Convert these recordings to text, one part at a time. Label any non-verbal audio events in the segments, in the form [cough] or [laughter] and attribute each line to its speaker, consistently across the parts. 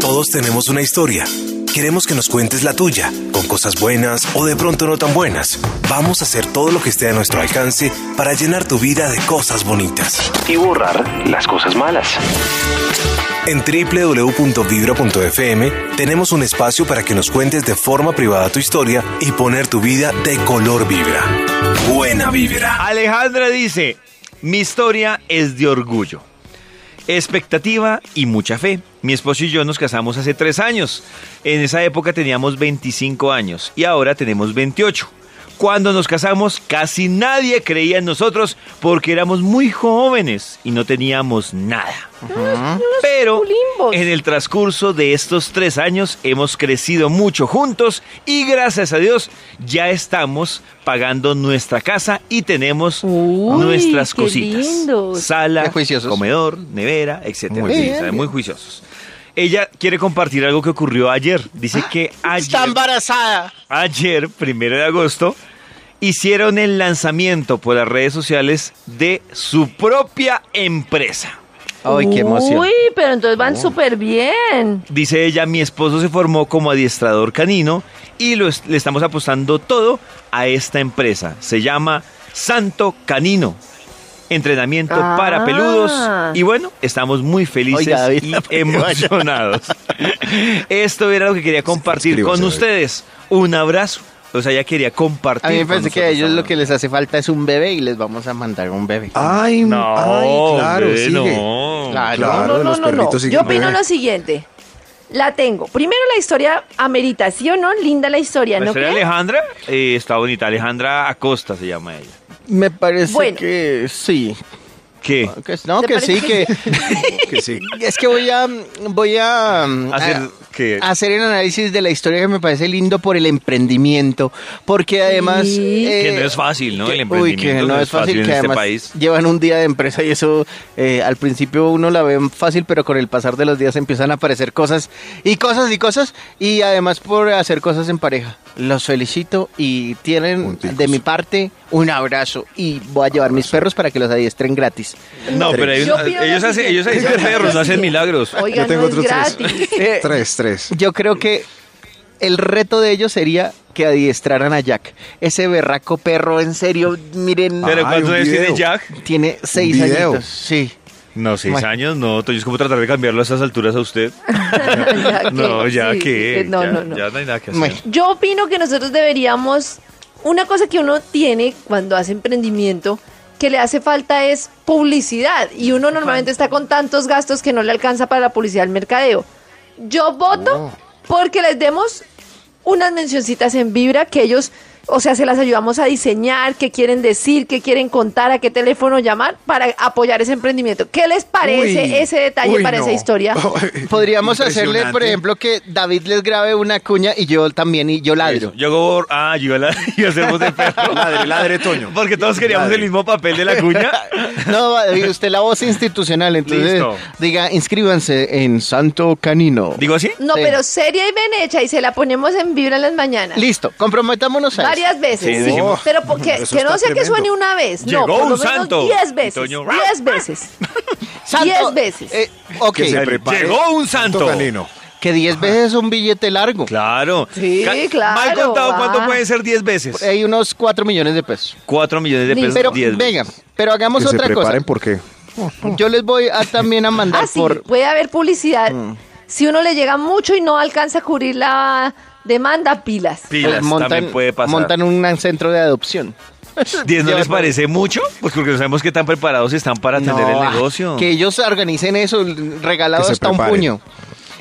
Speaker 1: Todos tenemos una historia. Queremos que nos cuentes la tuya, con cosas buenas o de pronto no tan buenas. Vamos a hacer todo lo que esté a nuestro alcance para llenar tu vida de cosas bonitas.
Speaker 2: y borrar las cosas malas.
Speaker 1: En www.vibra.fm tenemos un espacio para que nos cuentes de forma privada tu historia y poner tu vida de color vibra. Buena vibra.
Speaker 3: Alejandra dice, mi historia es de orgullo, expectativa y mucha fe. Mi esposo y yo nos casamos hace tres años. En esa época teníamos 25 años y ahora tenemos 28. Cuando nos casamos casi nadie creía en nosotros porque éramos muy jóvenes y no teníamos nada. Pero
Speaker 4: culimbos.
Speaker 3: en el transcurso de estos tres años hemos crecido mucho juntos y gracias a Dios ya estamos pagando nuestra casa y tenemos
Speaker 4: Uy,
Speaker 3: nuestras
Speaker 4: qué
Speaker 3: cositas.
Speaker 4: lindos.
Speaker 3: Sala,
Speaker 5: Qué juiciosos.
Speaker 3: comedor, nevera, etcétera.
Speaker 5: Muy
Speaker 3: Sí,
Speaker 5: bien.
Speaker 3: saben, muy juiciosos. Ella quiere compartir algo que ocurrió ayer. Dice
Speaker 4: Ah,
Speaker 3: que
Speaker 5: Está
Speaker 3: ayer,
Speaker 5: embarazada.
Speaker 3: ayer, primero de agosto, hicieron el lanzamiento por las redes sociales de su propia empresa.
Speaker 5: Ay, qué emoción.
Speaker 4: Uy, pero entonces van súper bien.
Speaker 3: Dice ella, mi esposo se formó como adiestrador canino y lo es- le estamos apostando todo a esta empresa. Se llama Santo Canino. Entrenamiento
Speaker 4: Ah.
Speaker 3: para peludos. Y bueno, estamos muy felices
Speaker 5: Oiga, David,
Speaker 3: y
Speaker 5: la primera [laughs]
Speaker 3: emocionados. Esto era lo que quería compartir
Speaker 1: Escríbase,
Speaker 3: con
Speaker 1: David.
Speaker 3: ustedes. Un abrazo. O sea, ella quería compartir.
Speaker 5: A mí me
Speaker 3: con
Speaker 5: parece que a
Speaker 3: nosotros
Speaker 5: ellos
Speaker 3: ahora.
Speaker 5: lo que les hace falta es un bebé y les vamos a mandar un bebé.
Speaker 6: Ay,
Speaker 3: No,
Speaker 6: ay, claro,
Speaker 3: hombre,
Speaker 6: sigue.
Speaker 3: no.
Speaker 5: Claro.
Speaker 6: claro.
Speaker 4: Ah, no, no,
Speaker 6: Ah, los
Speaker 4: no, no, no.
Speaker 6: perritos siguen
Speaker 4: Yo opino
Speaker 6: bebé.
Speaker 4: lo siguiente. La tengo. Primero la historia amerita, ¿sí o no? Linda la historia,
Speaker 3: La
Speaker 4: ¿no?
Speaker 3: historia de
Speaker 4: creen?
Speaker 3: Alejandra eh, está bonita. Alejandra Acosta se llama ella.
Speaker 5: Me parece
Speaker 4: Bueno.
Speaker 5: que sí.
Speaker 3: ¿Qué?
Speaker 5: Que- no,
Speaker 4: ¿Te
Speaker 5: que
Speaker 4: parece
Speaker 5: sí,
Speaker 4: que
Speaker 5: que...
Speaker 3: [laughs]
Speaker 6: Que sí.
Speaker 5: es que voy a... Voy a... a-
Speaker 3: Hacer- ¿qué?
Speaker 5: hacer el análisis de la historia que me parece lindo por el emprendimiento, porque además...
Speaker 4: Sí.
Speaker 5: eh,
Speaker 3: Que no es fácil, ¿no? El
Speaker 5: que- uy,
Speaker 3: emprendimiento
Speaker 5: que no, es fácil,
Speaker 3: en
Speaker 5: que
Speaker 3: este
Speaker 5: además
Speaker 3: país.
Speaker 5: llevan un día de empresa y eso eh, al principio uno la ve fácil, pero con el pasar de los días empiezan a aparecer cosas y cosas y cosas y además por hacer cosas en pareja. Los felicito y tienen
Speaker 6: Junticos.
Speaker 5: de mi parte un abrazo y voy a llevar mis perros para que los adiestren gratis.
Speaker 3: No, pero hay
Speaker 4: Yo
Speaker 3: una-
Speaker 4: opino
Speaker 3: ellos,
Speaker 4: lo
Speaker 3: hacen, ellos
Speaker 4: siguiente.
Speaker 3: hacen
Speaker 4: Yo opino lo
Speaker 3: perros, no hacen
Speaker 4: siguiente.
Speaker 3: milagros.
Speaker 4: Oiga,
Speaker 6: Yo tengo
Speaker 4: no
Speaker 6: otros
Speaker 4: es
Speaker 6: tres.
Speaker 4: gratis. [laughs]
Speaker 5: Eh,
Speaker 6: Tres, tres.
Speaker 5: Yo creo que el reto de ellos sería que adiestraran a Jack. Ese berraco perro, en serio, miren,
Speaker 3: Pero
Speaker 6: Ay,
Speaker 3: ¿cuánto
Speaker 6: un
Speaker 3: es tiene
Speaker 6: video.
Speaker 3: Jack?
Speaker 5: tiene seis
Speaker 6: Ah. video.
Speaker 5: añitos. Sí.
Speaker 3: No, seis
Speaker 5: Bueno.
Speaker 3: años, no. Entonces, ¿cómo tratar de cambiarlo a estas alturas a
Speaker 4: [laughs]
Speaker 3: usted?
Speaker 4: Ya que-
Speaker 3: no, ya
Speaker 4: sí,
Speaker 3: que.
Speaker 4: sí, No,
Speaker 3: ya,
Speaker 4: no, no.
Speaker 3: ya hay nada que hacer.
Speaker 5: Bueno,
Speaker 4: Yo opino que nosotros deberíamos, una cosa que uno tiene cuando hace emprendimiento, que le hace falta es publicidad. Y uno normalmente está con tantos gastos que no le alcanza para la publicidad del mercadeo. Yo voto porque les demos unas mencioncitas en Vibra que ellos, o sea, se las ayudamos a diseñar, qué quieren decir, qué quieren contar, a qué teléfono llamar para apoyar ese emprendimiento. ¿Qué les parece
Speaker 6: Uy,
Speaker 4: ese detalle
Speaker 6: uy,
Speaker 4: para
Speaker 6: no.
Speaker 4: esa
Speaker 6: [laughs]
Speaker 4: historia?
Speaker 5: podríamos hacerle, por
Speaker 6: Impresionante.
Speaker 5: ejemplo, que David les grabe una cuña y yo también, y yo ladro.
Speaker 3: Eso. Yo hago. Ah, yo, la, [laughs] yo hacemos de perro.
Speaker 6: Ladre, ladre, Toño.
Speaker 3: Porque todos queríamos el mismo papel de la cuña.
Speaker 5: No, David, usted la voz institucional, entonces
Speaker 3: Listo.
Speaker 5: diga, inscríbanse en Santo Canino.
Speaker 3: Digo así.
Speaker 4: No,
Speaker 5: Sí.
Speaker 4: pero seria y bien hecha y se la ponemos en Vibra en las mañanas.
Speaker 5: Listo, comprometámonos a eso.
Speaker 4: Varias veces.
Speaker 3: Sí, dijimos. "Mm,
Speaker 4: Pero porque,
Speaker 6: Eso
Speaker 4: que no
Speaker 6: está
Speaker 4: sea que
Speaker 6: tremendo.
Speaker 4: suene una vez.
Speaker 3: Llegó
Speaker 4: no, por
Speaker 3: un
Speaker 4: lo menos
Speaker 3: santo.
Speaker 4: 10
Speaker 3: Y
Speaker 4: veces.
Speaker 3: Toño, ¡ah!
Speaker 4: 10
Speaker 3: [laughs]
Speaker 4: veces.
Speaker 5: Santo-
Speaker 4: diez veces.
Speaker 5: eh, ok,
Speaker 6: Que se prepare.
Speaker 3: Llegó un santo.
Speaker 6: canino.
Speaker 5: que 10 veces es un billete largo.
Speaker 3: Claro.
Speaker 4: Sí, claro,
Speaker 3: Mal contado, ¿cuánto
Speaker 4: va.
Speaker 3: pueden ser 10 veces?
Speaker 5: Hay unos 4 millones de pesos.
Speaker 3: Cuatro millones de pesos.
Speaker 5: Pero,
Speaker 3: diez veces.
Speaker 5: venga, pues, pero hagamos
Speaker 6: Que se
Speaker 5: otra cosa.
Speaker 6: preparen porque
Speaker 5: Yo les voy a también a mandar
Speaker 4: Ah, sí,
Speaker 5: por...
Speaker 4: puede haber publicidad.
Speaker 3: Mm.
Speaker 4: Si uno le llega mucho y no alcanza a cubrir la demanda, pilas.
Speaker 3: Pilas, también puede pasar.
Speaker 5: eh, montan un centro de adopción.
Speaker 3: 10 no
Speaker 5: Yo
Speaker 3: les
Speaker 5: no-
Speaker 3: parece mucho, pues porque no sabemos qué tan preparados están para atender
Speaker 5: No,
Speaker 3: el
Speaker 5: ah,
Speaker 3: negocio.
Speaker 5: Que ellos organicen eso, regalado
Speaker 6: Que se
Speaker 5: hasta un
Speaker 6: preparen.
Speaker 5: puño.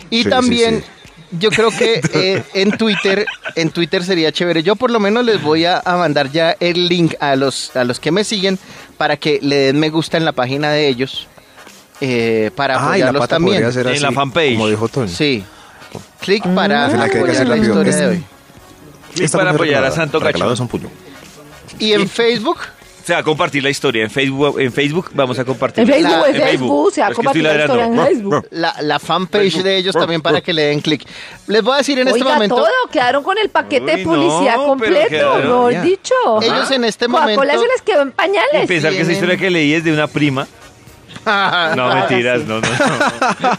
Speaker 5: Y
Speaker 6: Sí, sí,
Speaker 5: también,
Speaker 6: sí.
Speaker 5: yo creo
Speaker 6: [laughs]
Speaker 5: que eh, en Twitter, en Twitter sería chévere. Yo por lo menos les voy a, a mandar ya el link a los, a los que me siguen para que le den me gusta en la página de ellos. eh, para
Speaker 6: Ah, y la
Speaker 5: apoyarlos
Speaker 6: pata
Speaker 5: también.
Speaker 6: podría ser
Speaker 3: En
Speaker 6: así,
Speaker 3: la fanpage.
Speaker 6: Como dijo Toño.
Speaker 5: Sí. Clic para
Speaker 6: Ah, Se la quedé
Speaker 5: apoyar
Speaker 6: casi
Speaker 5: la
Speaker 6: rápido.
Speaker 5: historia de
Speaker 6: Es-
Speaker 5: hoy.
Speaker 3: Y para
Speaker 6: mujer
Speaker 3: apoyar a
Speaker 6: regalada,
Speaker 3: Santo
Speaker 6: regalada
Speaker 3: Cacho.
Speaker 6: es un puño.
Speaker 5: Y en Facebook,
Speaker 3: Se va a compartir la historia en Facebook. En Facebook vamos a compartir.
Speaker 4: En Facebook,
Speaker 5: La-
Speaker 4: en Facebook, se va a
Speaker 3: Es que estoy
Speaker 4: compartir la historia
Speaker 3: [laughs]
Speaker 4: en
Speaker 3: ladrando.
Speaker 4: Facebook.
Speaker 5: la, la fanpage de ellos también para que le den clic. Les voy a decir en este
Speaker 4: Oiga,
Speaker 5: momento.
Speaker 4: todo, quedaron con el paquete de
Speaker 3: Uy, no,
Speaker 4: publicidad
Speaker 3: pero
Speaker 4: completo,
Speaker 3: quedaron-
Speaker 4: mejor
Speaker 5: Ya.
Speaker 4: dicho.
Speaker 5: Ellos en este
Speaker 4: Coca-Cola
Speaker 5: momento-
Speaker 4: se les quedó en
Speaker 3: Y
Speaker 4: pañales.
Speaker 3: pensar que esa
Speaker 5: tienen-
Speaker 3: historia que leí es de una prima. No,
Speaker 4: ahora
Speaker 5: [laughs]
Speaker 3: mentiras,
Speaker 4: Ah, sí. [laughs]
Speaker 3: no, no, no.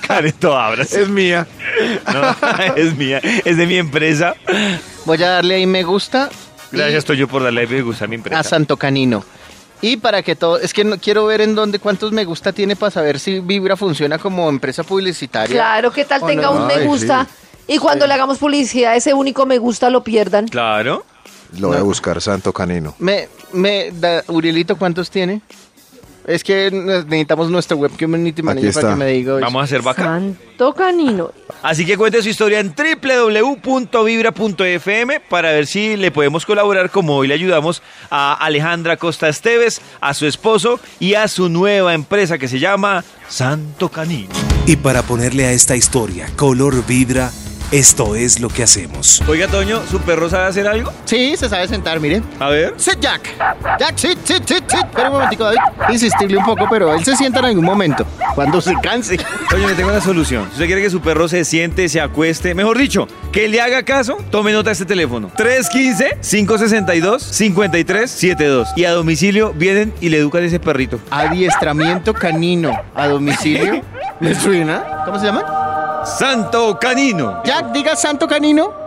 Speaker 3: Karen, tú abras.
Speaker 6: Es mía.
Speaker 3: No, [laughs] es mía, es de mi empresa.
Speaker 5: Voy a darle ahí me gusta. y
Speaker 3: Gracias, Toyo, por darle me gusta a mi
Speaker 5: a
Speaker 3: empresa.
Speaker 5: Santo Canino. Y para que todo, es que no, quiero ver en dónde cuántos me gusta tiene para saber si Vibra funciona como empresa publicitaria.
Speaker 4: Claro, ¿qué tal
Speaker 5: Oh,
Speaker 4: tenga
Speaker 5: no.
Speaker 4: un me
Speaker 6: Ay,
Speaker 4: gusta? Y cuando le hagamos publicidad, ese único me gusta lo pierdan.
Speaker 3: Claro.
Speaker 6: Lo voy a buscar, Santo Canino.
Speaker 5: Me, me da- Urielito, ¿cuántos tiene? Es que necesitamos nuestro web community manager
Speaker 6: Aquí
Speaker 5: para que
Speaker 6: está.
Speaker 5: me diga. eso.
Speaker 3: Vamos a hacer vaca.
Speaker 4: Santo canino.
Speaker 3: Así que cuente su historia en www.vibra.fm para ver si le podemos colaborar como hoy le ayudamos a Alejandra Costa Esteves, a su esposo y a su nueva empresa que se llama Santo Canino.
Speaker 1: Y para ponerle a esta historia color vibra, esto es lo que hacemos.
Speaker 3: Oiga, Toño, ¿su perro sabe hacer algo?
Speaker 5: Sí, se sabe sentar, mire.
Speaker 3: A ver.
Speaker 5: Sit, Jack. Jack, sit, sit, sit, sit. Espera un momentico, David. Insistirle un poco, pero él se sienta en algún momento. Cuando se canse.
Speaker 3: Toño, le tengo una solución. Si usted quiere que su perro se siente, se acueste, mejor dicho, que le haga caso, tome nota a este teléfono. 315-562-5372. Y a domicilio vienen y le educan a ese perrito.
Speaker 5: Adiestramiento canino a domicilio. ¿Me suena? ¿Cómo se llama?
Speaker 3: Santo Canino.
Speaker 5: Jack, diga santo canino.